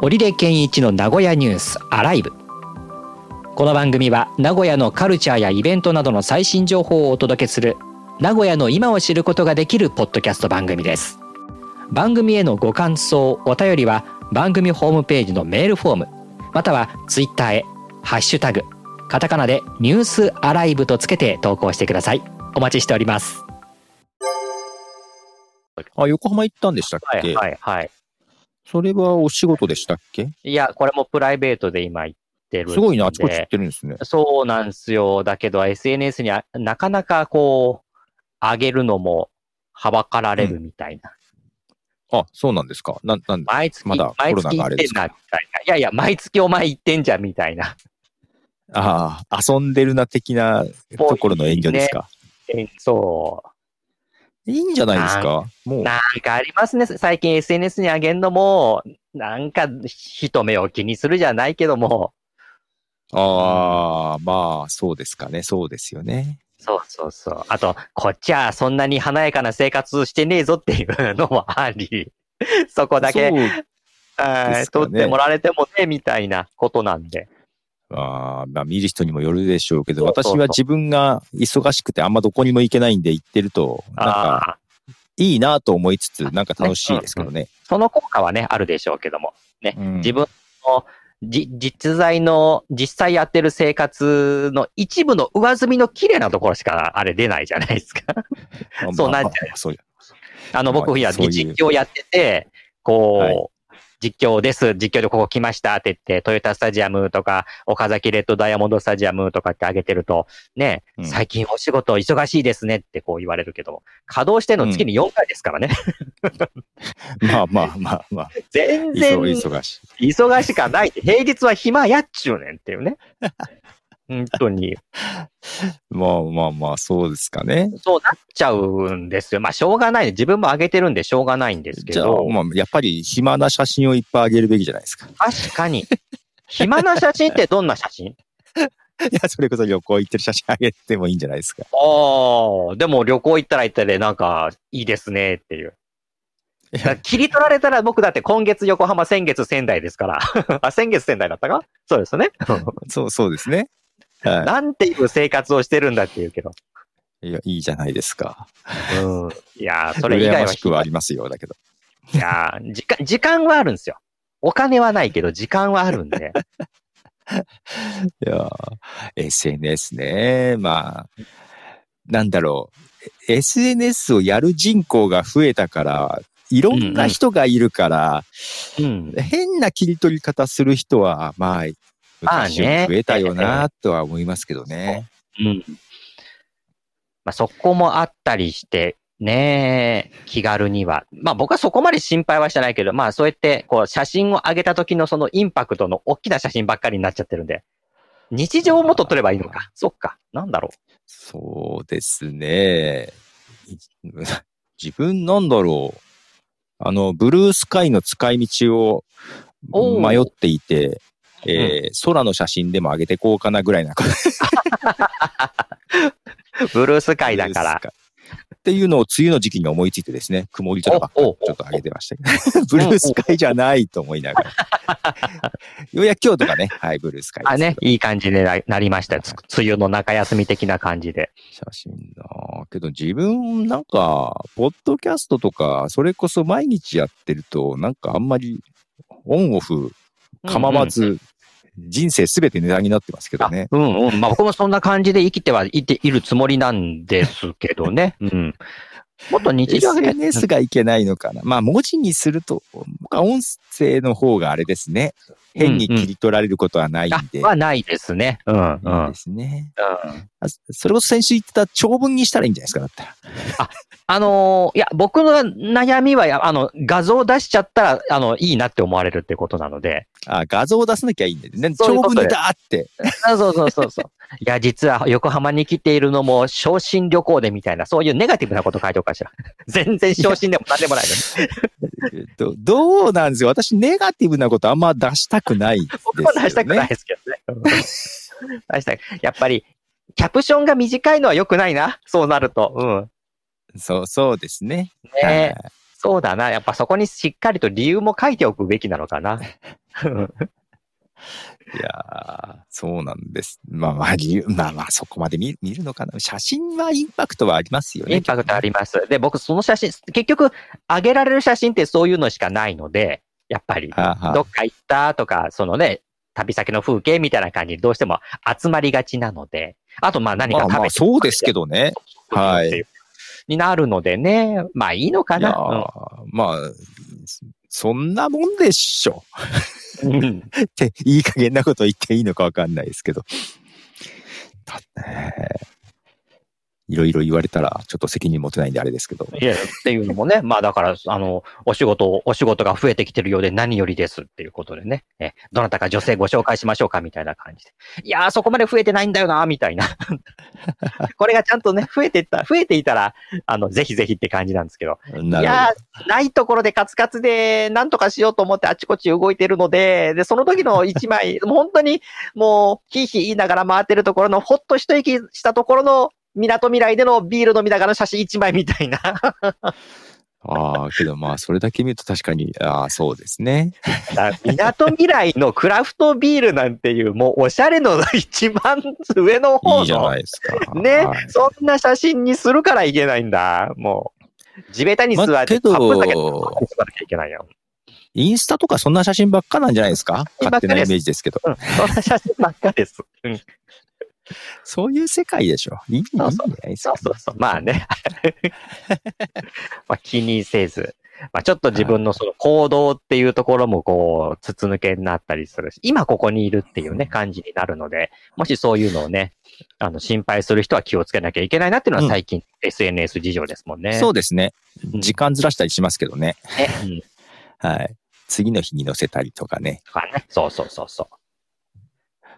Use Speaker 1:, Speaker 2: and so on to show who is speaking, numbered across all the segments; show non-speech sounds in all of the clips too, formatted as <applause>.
Speaker 1: 織出健一の名古屋ニュースアライブこの番組は名古屋のカルチャーやイベントなどの最新情報をお届けする名古屋の今を知ることができるポッドキャスト番組です番組へのご感想お便りは番組ホームページのメールフォームまたはツイッターへハッシュタグカタカナでニュースアライブとつけて投稿してくださいお待ちしております
Speaker 2: あ、横浜行ったんでしたっけ、
Speaker 1: いはい
Speaker 2: それはお仕事でしたっけ
Speaker 1: いやこれもプライベートで今行ってるん
Speaker 2: すごいね、あちこち行ってるんですね。
Speaker 1: そうなんですよ。だけど SNS にあなかなかこう、上げるのもはばかられるみたいな。
Speaker 2: あ、そうなんですか。なん、なん
Speaker 1: 毎月、
Speaker 2: まだコ
Speaker 1: 毎
Speaker 2: ロナ
Speaker 1: 月
Speaker 2: が
Speaker 1: 行
Speaker 2: あ
Speaker 1: って
Speaker 2: れ
Speaker 1: ん
Speaker 2: です
Speaker 1: な、
Speaker 2: か
Speaker 1: みたいな。いやいや、毎月お前行ってんじゃん、みたいな。
Speaker 2: ああ、遊んでるな的なところの遠慮ですか。
Speaker 1: えそ
Speaker 2: いいんじゃないですかも
Speaker 1: う。
Speaker 2: う、
Speaker 1: なんかありますね。最近 SNS に上げるのも、なんか人目を気にするじゃないけども。
Speaker 2: ああ、まあ、そうですかね。そうですよね。
Speaker 1: そうそうそう。あと、こっちはそんなに華やかな生活してねえぞっていうのもあり、そこだけ、
Speaker 2: そう
Speaker 1: はい
Speaker 2: ですかね
Speaker 1: 取ってもらえてもね、みたいなことなんで。
Speaker 2: あーまあ、見る人にもよるでしょうけど、
Speaker 1: そうそうそう
Speaker 2: 私は自分が忙しくてあんまどこにも行けないんで行ってると、なんか
Speaker 1: ああ、
Speaker 2: いいなと思いつつ、なんか楽しいですけどね。
Speaker 1: その効果はね、あるでしょうけども。
Speaker 2: うん
Speaker 1: 自分のじ実在の、実際やってる生活の一部の上積みの綺麗なところしかあれ出ないじゃないですか。 <laughs>
Speaker 2: あ
Speaker 1: そう
Speaker 2: まあ
Speaker 1: なっちゃう
Speaker 2: そう
Speaker 1: あの、僕、
Speaker 2: まあ
Speaker 1: いや、
Speaker 2: そういう
Speaker 1: 実況やってて、こう、
Speaker 2: はい
Speaker 1: 実況です。実況でここ来ましたって言って、トヨタスタジアムとか、岡崎レッドダイヤモンドスタジアムとかってあげてると、ね、
Speaker 2: うん
Speaker 1: 最近お仕事忙しいですねってこう言われるけども、稼働してんの月に4回ですからね。 <laughs>
Speaker 2: まあまあまあまあ、
Speaker 1: 全然
Speaker 2: 忙忙しい。
Speaker 1: 忙しかないって、平日は暇やっちゅうねんって
Speaker 2: <laughs>
Speaker 1: いうね。本当に。
Speaker 2: まあまあまあ、そうですかね。
Speaker 1: そうなっちゃうんですよ。まあ、しょうがない。自分も上げてるんでしょうがないんですけ
Speaker 2: じゃあ、
Speaker 1: ど、
Speaker 2: まあ、やっぱり暇な写真をいっぱいあげるべきじゃないですか。い <laughs>
Speaker 1: 確かに。暇な写真ってどんな写真
Speaker 2: や、それこそ旅行行ってる写真あげてもいいんじゃないですか。
Speaker 1: ああ、でも旅行行ったら行ったで、なんか、いいですねっていう。だから切り取られたら僕だって今月横浜、先月仙台ですから。 <laughs> あ、先月仙台だったかそうですね。
Speaker 2: そう、そうですね。
Speaker 1: <laughs>
Speaker 2: は
Speaker 1: なんていう生活をしてるんだっていうけど。
Speaker 2: い。いや、いいじゃないですか。
Speaker 1: うん。いやー、それ以
Speaker 2: 羨
Speaker 1: 外は
Speaker 2: ましくはありますよ、だけど。
Speaker 1: いやー時間、時間はあるんですよ。お金はないけど、時間はあるんで。
Speaker 2: いやー、SNS ね。まあ、なんだろう。SNS をやる人口が増えたから、いろんな人がいるから、
Speaker 1: うん。
Speaker 2: 変な切り取り方する人は、まあ、
Speaker 1: まあ
Speaker 2: 昔よ
Speaker 1: ね
Speaker 2: り増えたよなとは思いますけどね。
Speaker 1: うん。まあ、そこもあったりして、ねえ、気軽には。まあ僕はそこまで心配はしてないけど、まあそうやって、こう、写真を上げた時のそのインパクトの大きな写真ばっかりになっちゃってるんで、日常をもっと撮ればいいのか。そっか。なんだろ
Speaker 2: そうですね。 <laughs> い自分なんだろう。あの、ブルースカイの使い道
Speaker 1: お
Speaker 2: を
Speaker 1: う
Speaker 2: 迷っていて、えー空の写真でも上げてこうかなぐらいな感じ
Speaker 1: う。ブルースカイだから。
Speaker 2: っていうのを梅雨の時期に思いついてですね、曇り空ばっか
Speaker 1: おお
Speaker 2: ちょっと上げてましたけど、 <laughs> ブルースカイじゃないと思い
Speaker 1: <laughs>
Speaker 2: ながら。ようやく今日とかね、はい、ブルースカイです
Speaker 1: あ、ね、
Speaker 2: けど
Speaker 1: いい感じにななりましたよ。つ梅雨の中休み的な感じで。
Speaker 2: 写真だけど自分なんか、ポッドキャストとか、それこそ毎日やってると、なんかあんまりオンオフ構わず、人生すべて値段になってますけどね。
Speaker 1: うんうん。まあ僕もそんな感じで生きてはいているつもりなんですけどね。 <laughs> うん。もっと日常で。
Speaker 2: SNS がいけないのかな。まあ文字にすると、僕は音声の方があれですね。変に切り取られることはないん
Speaker 1: あ
Speaker 2: で。
Speaker 1: はないですね。うんうん。
Speaker 2: いいですね。あそそれこそ先週言ってた長文にしたらいいんじゃないですか、だったら。
Speaker 1: あのーいや、僕の悩みは、やあの、画像出しちゃったら、あの、いいなって思われるってことなので。
Speaker 2: あ画像を出さなきゃいいんだよね。
Speaker 1: そういう
Speaker 2: 長
Speaker 1: こと
Speaker 2: 文
Speaker 1: だ
Speaker 2: で
Speaker 1: よ
Speaker 2: だーって。
Speaker 1: あ <laughs> そうそうそうそう。いや、実は横浜に来ているのも、昇進旅行でみたいな、そういうネガティブなこと書いておくか <laughs> しら。全然昇進でも何でもないのに。
Speaker 2: どどうなんですよ。私、ネガティブなことあんま出したくないですよ、ね。
Speaker 1: <laughs> 僕も出したくないですけどね。 <laughs> 出したいやっぱり、キャプションが短いのは良くないな。そうなると。うん。
Speaker 2: そう、そうですね。
Speaker 1: ねえ
Speaker 2: はい <laughs>
Speaker 1: そうだな。やっぱそこにしっかりと理由も書いておくべきなのかな。
Speaker 2: いやーそうなんです。まあまあ、理由まあまあ、そこまで見見るのかな。写真はインパクトはありますよね。
Speaker 1: インパクトあります。で、僕、その写真、結局、上げられる写真ってそういうのしかないので、やっぱり、
Speaker 2: はあはあ
Speaker 1: どっか行ったとか、そのね、旅先の風景みたいな感じにどうしても集まりがちなので、あと、まあ何か
Speaker 2: まあ
Speaker 1: 食べて、
Speaker 2: まあ、そうですけ
Speaker 1: ど、
Speaker 2: どね。
Speaker 1: は
Speaker 2: はいい。
Speaker 1: になるのでね、まあいいのか
Speaker 2: いや
Speaker 1: な。
Speaker 2: ーまあ、そんなもんでしょ。
Speaker 1: うんうん
Speaker 2: って、いい加減なこと言っていいのかわかんないですけど。だねいろいろ言われたら、ちょっと責任持てないんであれですけど。
Speaker 1: いやっていうのもね、まあだから、あの、お仕事、お仕事が増えてきてるようで何よりですっていうことでね、えどなたか女性ご紹介しましょうかみたいな感じで。いやー、そこまで増えてないんだよな、みたいな。 <laughs> これがちゃんとね、増えてった、増えていたら、あの、ぜひぜひって感じなんですけど。
Speaker 2: ないる
Speaker 1: やー、ないところでカツカツで、なんとかしようと思ってあちこち動いてるので、で、その時の一枚、 <laughs> もう本当にもう、ひいひい言いながら回ってるところの、ほっと一息したところの、港未来でのビール飲みながらの写真一枚みたいな。
Speaker 2: ほど。ああ、けどまあ、それだけ見ると確かに、ああ、そうですね。
Speaker 1: だみなとみらいのクラフトビールなんていう、もうおしゃれの一番上の
Speaker 2: い
Speaker 1: 方
Speaker 2: いじゃ
Speaker 1: の
Speaker 2: な、いですか。
Speaker 1: <laughs> ね、
Speaker 2: はい
Speaker 1: そんな写真にするからいけないんだ、もう。地べたに座
Speaker 2: ま
Speaker 1: っ
Speaker 2: あ
Speaker 1: て、
Speaker 2: けど
Speaker 1: カップ酒飲まなきゃいけないよ。
Speaker 2: インスタとかそんな写真ばっかなんじゃないですか
Speaker 1: 写真ばっかりです
Speaker 2: 勝手なイメージですけど。
Speaker 1: うん、そんな写真ばっかです。うん、
Speaker 2: そういう世界でしょ。いいいいんじゃ
Speaker 1: そう
Speaker 2: ないです
Speaker 1: そ
Speaker 2: か
Speaker 1: う。そうそう、まあね。 <laughs> まあ気にせず。まあちょっと自分のその行動っていうところもこう、筒抜けになったりするし、今ここにいるっていうね、感じになるので、もしそういうのをね、あの、心配する人は気をつけなきゃいけないなっていうのは
Speaker 2: うん
Speaker 1: 最近 SNS 事情ですもんね。
Speaker 2: そうですね。
Speaker 1: うん
Speaker 2: 時間ずらしたりしますけどね。
Speaker 1: ね。うん。
Speaker 2: はい。次の日に載せたりとかね。
Speaker 1: とかね。そうそうそうそう。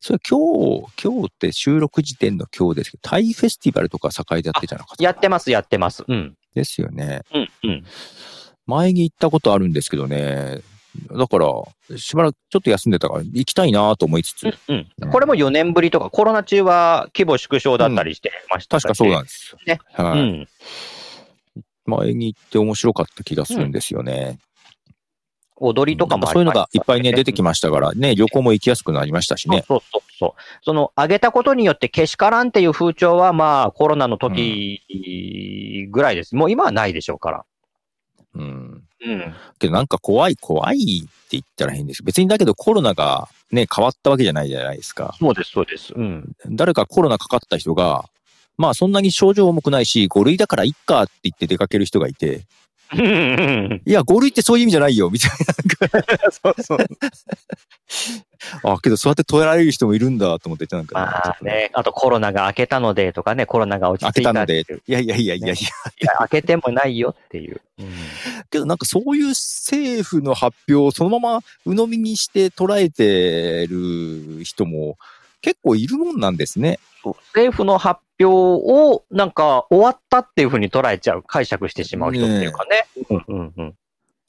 Speaker 2: それ今日、今日って収録時点の今日ですけど、タイフェスティバルとか境でやってじゃなかった
Speaker 1: やってます、やってます。うん。
Speaker 2: ですよね。
Speaker 1: うん、うん。
Speaker 2: 前に行ったことあるんですけどね。だから、しばらくちょっと休んでたから、行きたいなと思いつつ、
Speaker 1: うん、うん。これも4年ぶりとか、コロナ中は規模縮小だったりしてましたし、
Speaker 2: 確かそうなんです。
Speaker 1: ね
Speaker 2: はい。
Speaker 1: うん。
Speaker 2: 前に行って面白かった気がするんですよね。
Speaker 1: 踊りとかもあ
Speaker 2: そうい
Speaker 1: り
Speaker 2: う
Speaker 1: ま
Speaker 2: の
Speaker 1: したね
Speaker 2: がいっぱいね、出てきましたから、ね、旅行も行きやすくなりましたしね。
Speaker 1: そうそうそうそう。その、上げたことによってけしからんっていう風潮は、まあ、コロナの時ぐらいです。もう今はないでしょうから。
Speaker 2: うん。
Speaker 1: うん。
Speaker 2: けどなんか怖い、怖いって言ったら変ですけど別にだけどコロナがね、変わったわけじゃないじゃないですか。
Speaker 1: そうです、そうです。うん。
Speaker 2: 誰かコロナかかった人が、まあそんなに症状重くないし、5類だからいっかって言って出かける人がいて、いや、5類ってそういう意味じゃないよ、みたい
Speaker 1: そうそう。
Speaker 2: な。あ、けどそうやって捉えられる人もいるんだと思って、なんか、
Speaker 1: <laughs> まあね、あとコロナが明けたのでとかね、コロナが落ち
Speaker 2: 開
Speaker 1: 着
Speaker 2: け
Speaker 1: い
Speaker 2: た
Speaker 1: た
Speaker 2: の
Speaker 1: ってい
Speaker 2: で
Speaker 1: う。
Speaker 2: いやいやいやいやいや、
Speaker 1: いや明けてもないよっていう。
Speaker 2: けどなんかそういう政府の発表をそのまま鵜呑みにして捉えてる人も結構いるもんなんですね。
Speaker 1: そう政府の発表を、なんか、終わったっていう風に捉えちゃう、解釈してしまう人っていうかね。うんうん
Speaker 2: <laughs>
Speaker 1: うん。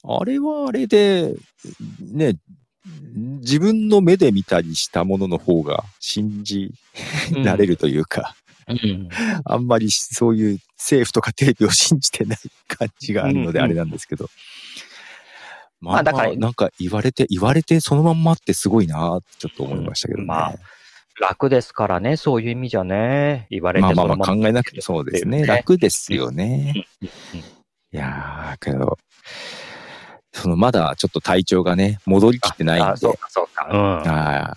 Speaker 2: あれはあれで、ね、自分の目で見たりしたものの方が信じられるというか、
Speaker 1: うん
Speaker 2: あんまりそういう政府とかテレビを信じてない感じがあるので
Speaker 1: うん
Speaker 2: あれなんですけど。まあ、
Speaker 1: まあだから
Speaker 2: なんか言われて、言われてそのまんまってすごいなってちょっと思いましたけどね。
Speaker 1: まあ楽ですからね、そういう意味じゃね。言われて
Speaker 2: まあ
Speaker 1: そ
Speaker 2: まあ
Speaker 1: の
Speaker 2: まあ考えなくてそうですね。
Speaker 1: っていうね
Speaker 2: 楽ですよね。
Speaker 1: うん
Speaker 2: いやー、けど、そのまだちょっと体調がね、戻りきってないん
Speaker 1: あ、
Speaker 2: で
Speaker 1: そう、か、そうか。うん。
Speaker 2: あー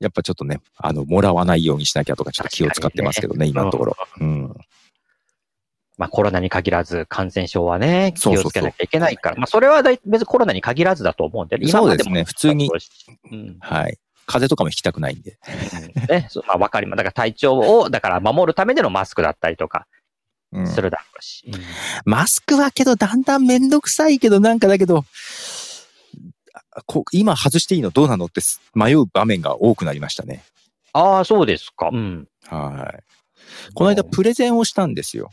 Speaker 2: やっぱちょっとね、あの、もらわないようにしなきゃとかちょっと気を使ってますけどね、
Speaker 1: 確か
Speaker 2: 今
Speaker 1: にね
Speaker 2: のところ。うん。
Speaker 1: まあコロナに限らず感染症はね、気
Speaker 2: そう
Speaker 1: を
Speaker 2: そうそう
Speaker 1: つけなきゃいけないから。まあそれはだい別にコロナに限らずだと思うんで、
Speaker 2: そう
Speaker 1: ま
Speaker 2: ですね、普通に、。
Speaker 1: うん、
Speaker 2: はい。風邪とかも引きたくないんで。
Speaker 1: ね、そうまあわかります。だから体調を、だから守るためでのマスクだったりとか
Speaker 2: うん
Speaker 1: するだろうし。うん
Speaker 2: マスクはけど、だんだんめんどくさいけど、なんかだけど、あこ今外していいのどうなのってす迷う場面が多くなりましたね。
Speaker 1: ああ、そうですか。うん。
Speaker 2: はい。この間、プレゼンをしたんですよ。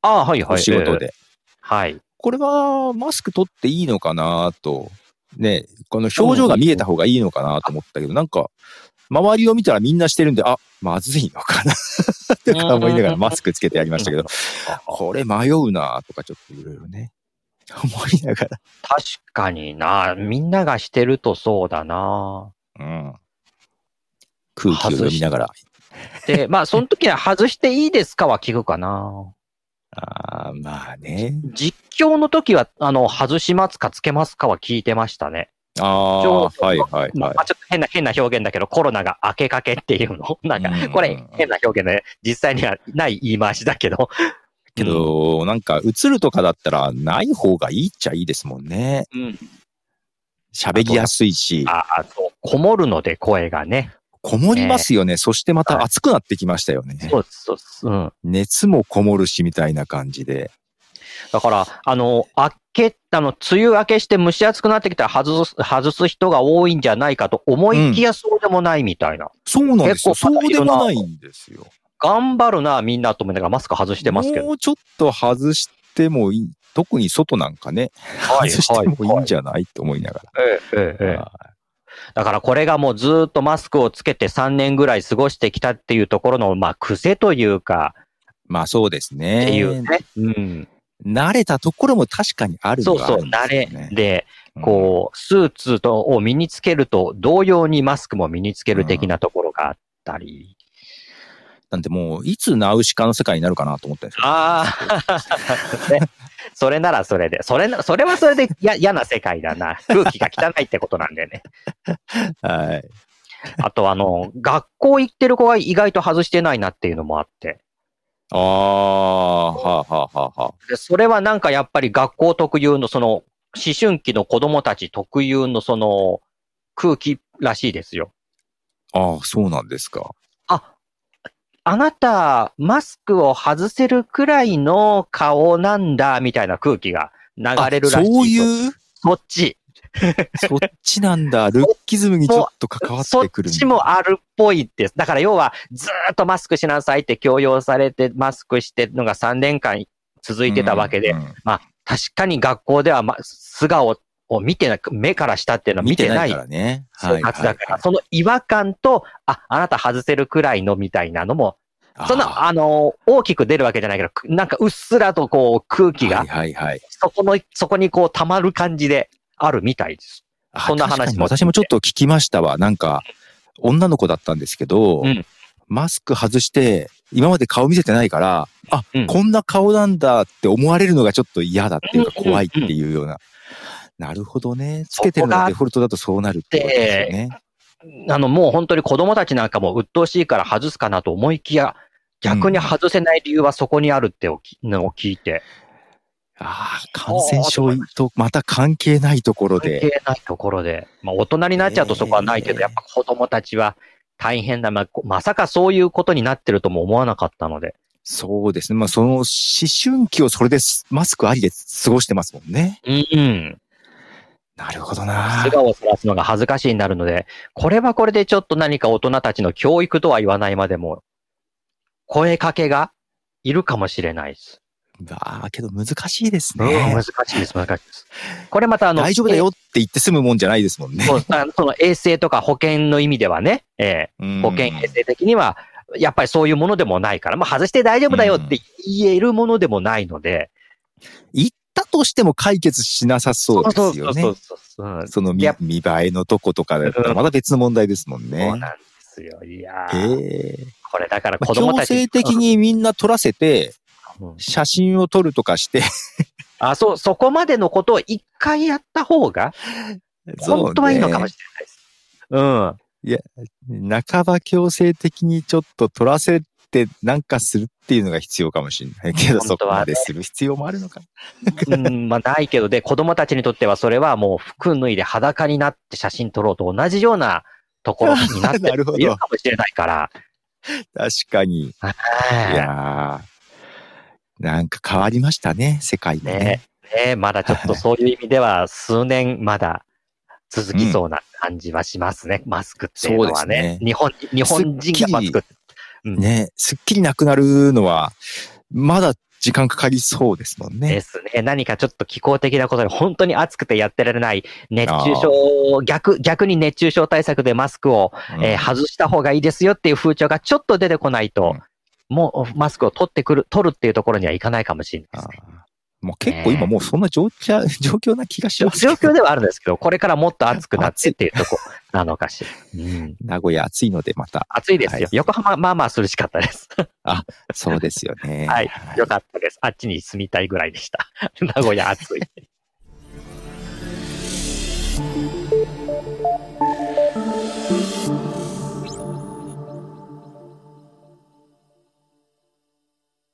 Speaker 1: ああ、はいはい。
Speaker 2: お仕事
Speaker 1: えー。
Speaker 2: で。
Speaker 1: はい。
Speaker 2: これはマスク取っていいのかなと、ね、この表情が見えた方がいいのかなと思ったけど、なんか、周りを見たらみんなしてるんで、あ、まずいのかな <laughs> とか思いながらマスクつけてやりましたけど、これ迷うなとかちょっといろいろね。思いながら。
Speaker 1: 確かにな。みんながしてるとそうだな。
Speaker 2: うん。空気を読みながら。
Speaker 1: で、まあ、その時は外していいですかは聞くかな。
Speaker 2: ああ、まあね。
Speaker 1: 実況の時は、あの、外しますかつけますかは聞いてましたね。
Speaker 2: ああ、はいはい
Speaker 1: ま
Speaker 2: は
Speaker 1: あ
Speaker 2: い。
Speaker 1: ちょっと変な、変な表現だけど、コロナが明けかけっていうの。なんか
Speaker 2: うん、
Speaker 1: これ、変な表現で、実際にはない言い回しだけど。
Speaker 2: けど、なんか、映るとかだったら、ない方がいいっちゃいいですもんね。
Speaker 1: うん。
Speaker 2: 喋りやすいし、
Speaker 1: ああ、そう、こもるので、声がね。
Speaker 2: こもりますよね。そしてまた熱くなってきましたよね。
Speaker 1: そうですそうです。うん。
Speaker 2: 熱もこもるし、みたいな感じで。
Speaker 1: だから、あの、明け、あの、梅雨明けして蒸し暑くなってきたら外す、外す人が多いんじゃないかと思いきやそうでもないみたいな。
Speaker 2: そうなんですよ。
Speaker 1: 結
Speaker 2: そ
Speaker 1: 構
Speaker 2: うでもないんですよ。
Speaker 1: 頑張るな、みんなと思いながらマスク外してますけど。
Speaker 2: もうちょっと外してもいい。特に外なんかね、
Speaker 1: は
Speaker 2: 外してもいいん
Speaker 1: い
Speaker 2: じゃないと思いなが
Speaker 1: ええええええ
Speaker 2: ら。
Speaker 1: だからこれがもうずーっとマスクをつけて3年ぐらい過ごしてきたっていうところの、まあ、癖というか、
Speaker 2: まあそうですね。
Speaker 1: っていうね。うん。
Speaker 2: 慣れたところも確かにある
Speaker 1: そ
Speaker 2: の
Speaker 1: う
Speaker 2: があ
Speaker 1: そう、
Speaker 2: るん
Speaker 1: 慣
Speaker 2: で
Speaker 1: れ
Speaker 2: すよね。
Speaker 1: で、こう、スーツとを身につけると同様にマスクも身につける的なところがあったり。
Speaker 2: うん。なんでもう、いつナウシカの世界になるかなと思ったんですよ。
Speaker 1: ああ、ね、それならそれで、それなそれはそれでや嫌な世界だな。空気が汚いってことなんだよね。 <laughs>
Speaker 2: はい。
Speaker 1: あと、あの、学校行ってる子が意外と外してないなっていうのもあって。
Speaker 2: ああ、はあはあはあはあ。
Speaker 1: でそれはなんかやっぱり学校特有のその、思春期の子供たち特有のその、空気らしいですよ。
Speaker 2: ああ、そうなんですか。
Speaker 1: あ、あなた、マスクを外せるくらいの顔なんだ、みたいな空気が流れるらしいと。
Speaker 2: そういう、
Speaker 1: そっち。
Speaker 2: そっちな
Speaker 1: <laughs>
Speaker 2: んだ。ルッキズムにちょっと関わってくるん
Speaker 1: そ
Speaker 2: だ
Speaker 1: っちもあるっぽいです。だから要は、ずーっとマスクしなさいって強要されて、マスクしてのが3年間続いてたわけで、
Speaker 2: うんうん
Speaker 1: 確かに学校では、ま、素顔を見てなく、目からしたっていうのは見
Speaker 2: 見
Speaker 1: て
Speaker 2: て
Speaker 1: な
Speaker 2: ないいからね。
Speaker 1: 生
Speaker 2: はい
Speaker 1: 活だから、
Speaker 2: はい
Speaker 1: その違和感と、あ、あなた外せるくらいのみたいなのも、
Speaker 2: はい
Speaker 1: そん
Speaker 2: あ
Speaker 1: な、あの、大きく出るわけじゃないけど、くなんかうっすらとこう空
Speaker 2: ー
Speaker 1: 気が
Speaker 2: はい、はいはい。
Speaker 1: そこの、そこにこう溜まる感じであるみたいです。
Speaker 2: あ
Speaker 1: そんな
Speaker 2: 確かに
Speaker 1: 話も
Speaker 2: 私もちょっと聞きましたわ。なんか、女の子だったんですけど、
Speaker 1: うん
Speaker 2: マスク外して、今まで顔見せてないから、あ、
Speaker 1: うん
Speaker 2: こんな顔なんだって思われるのがちょっと嫌だっていうか
Speaker 1: うんうんうん
Speaker 2: 怖いっていうような。なるほどね。つけてるの
Speaker 1: そこ
Speaker 2: が
Speaker 1: が
Speaker 2: デフォルトだとそうなるってことですよね。
Speaker 1: あの、もう本当に子供たちなんかも鬱陶しいから外すかなと思いきや、逆に外せない理由はそこにあるっておきのを聞いて、
Speaker 2: ああ、感染症とまた関係ないところ
Speaker 1: 関
Speaker 2: で。
Speaker 1: 係ないところで、まあ大人になっちゃうとそこはないけど、
Speaker 2: ええ
Speaker 1: やっぱ子供たちは大変だ。まあ、こまさかそういうことになってるとも思わなかったので、
Speaker 2: そうですね。まあ、その思春期をそれですマスクありで過ごしてますもんね。
Speaker 1: うん。
Speaker 2: なるほどな
Speaker 1: 素。顔をさらすのが恥ずかしいになるので、これはこれでちょっと何か大人たちの教育とは言わないまでも、声かけがいるかもしれないです。
Speaker 2: ああ、けど難しいですね。
Speaker 1: 難しいです、難しいです。これまたあの、
Speaker 2: 大丈夫だよって言って済むもんじゃないですもんね。
Speaker 1: そうあのその衛生とか保険の意味ではね、ええ
Speaker 2: 保
Speaker 1: 保険衛生的には、やっぱりそういうものでもないから、まあ、外して大丈夫だよって言えるものでもないので、
Speaker 2: 行ったとしても解決しなさそうですよね。
Speaker 1: そうそううん
Speaker 2: その見
Speaker 1: やっ
Speaker 2: 見栄えのとことかだったらまた別の問題ですもんね
Speaker 1: そう。なんですよ。いや
Speaker 2: え
Speaker 1: ー
Speaker 2: え
Speaker 1: これだから
Speaker 2: まあ
Speaker 1: 子供
Speaker 2: 強
Speaker 1: たち。
Speaker 2: 制的にみんな撮らせて、
Speaker 1: うん
Speaker 2: 写真を撮るとかして、
Speaker 1: あ、そう、そこまでのことを一回やった方が、 <laughs> 本当はいいのかもしれないです。うん。
Speaker 2: れない。半ば強制的にちょっと撮らせてなんかするっていうのが必要かもしれないけど、
Speaker 1: 本
Speaker 2: そ
Speaker 1: 当
Speaker 2: こ
Speaker 1: はね
Speaker 2: までする必要もあ
Speaker 1: <laughs>
Speaker 2: るのか。
Speaker 1: うん、まあ、ないけど、で、子供たちにとってはそれはもう服脱いで裸になって写真撮ろうと同じようなところに
Speaker 2: <laughs>
Speaker 1: なって
Speaker 2: なるほど
Speaker 1: いるかもしれないから。
Speaker 2: 確かに。い
Speaker 1: はい
Speaker 2: やーなんか変わりましたね、世界もね
Speaker 1: ねねまだちょっとそういう意味では数年まだ続きそうな感じはしますね。マスクっていうのは
Speaker 2: そう
Speaker 1: ね
Speaker 2: です。ね
Speaker 1: 日本、日本人がマスク。うん
Speaker 2: ね、すっきりなくなるのは、まだ時間かかりそうですもん
Speaker 1: で
Speaker 2: ね。
Speaker 1: すね。何かちょっと気候的なことで本当に暑くてやってられない熱中症、逆、逆に熱中症対策でマスクを、えー外した方がいいですよっていう風潮がちょっと出てこないと、もうマスクを取ってくる、取るっていうところにはいかないかもしれないで
Speaker 2: うんあ
Speaker 1: す
Speaker 2: ー
Speaker 1: ね。
Speaker 2: まあ、結構今もうそんな状況、状況な気がし
Speaker 1: 状
Speaker 2: ますけど。
Speaker 1: 況ではあるんですけど、これからもっと暑くなってっていうとこなのかしら。うん、
Speaker 2: 名古屋暑いのでまた。
Speaker 1: 暑いですよ。
Speaker 2: はい
Speaker 1: 横浜、まあまあ涼しかったです。
Speaker 2: そうですよ
Speaker 1: <laughs>
Speaker 2: ね。
Speaker 1: はい。よかったです。あっちに住みたいぐらいでした。名古屋暑い。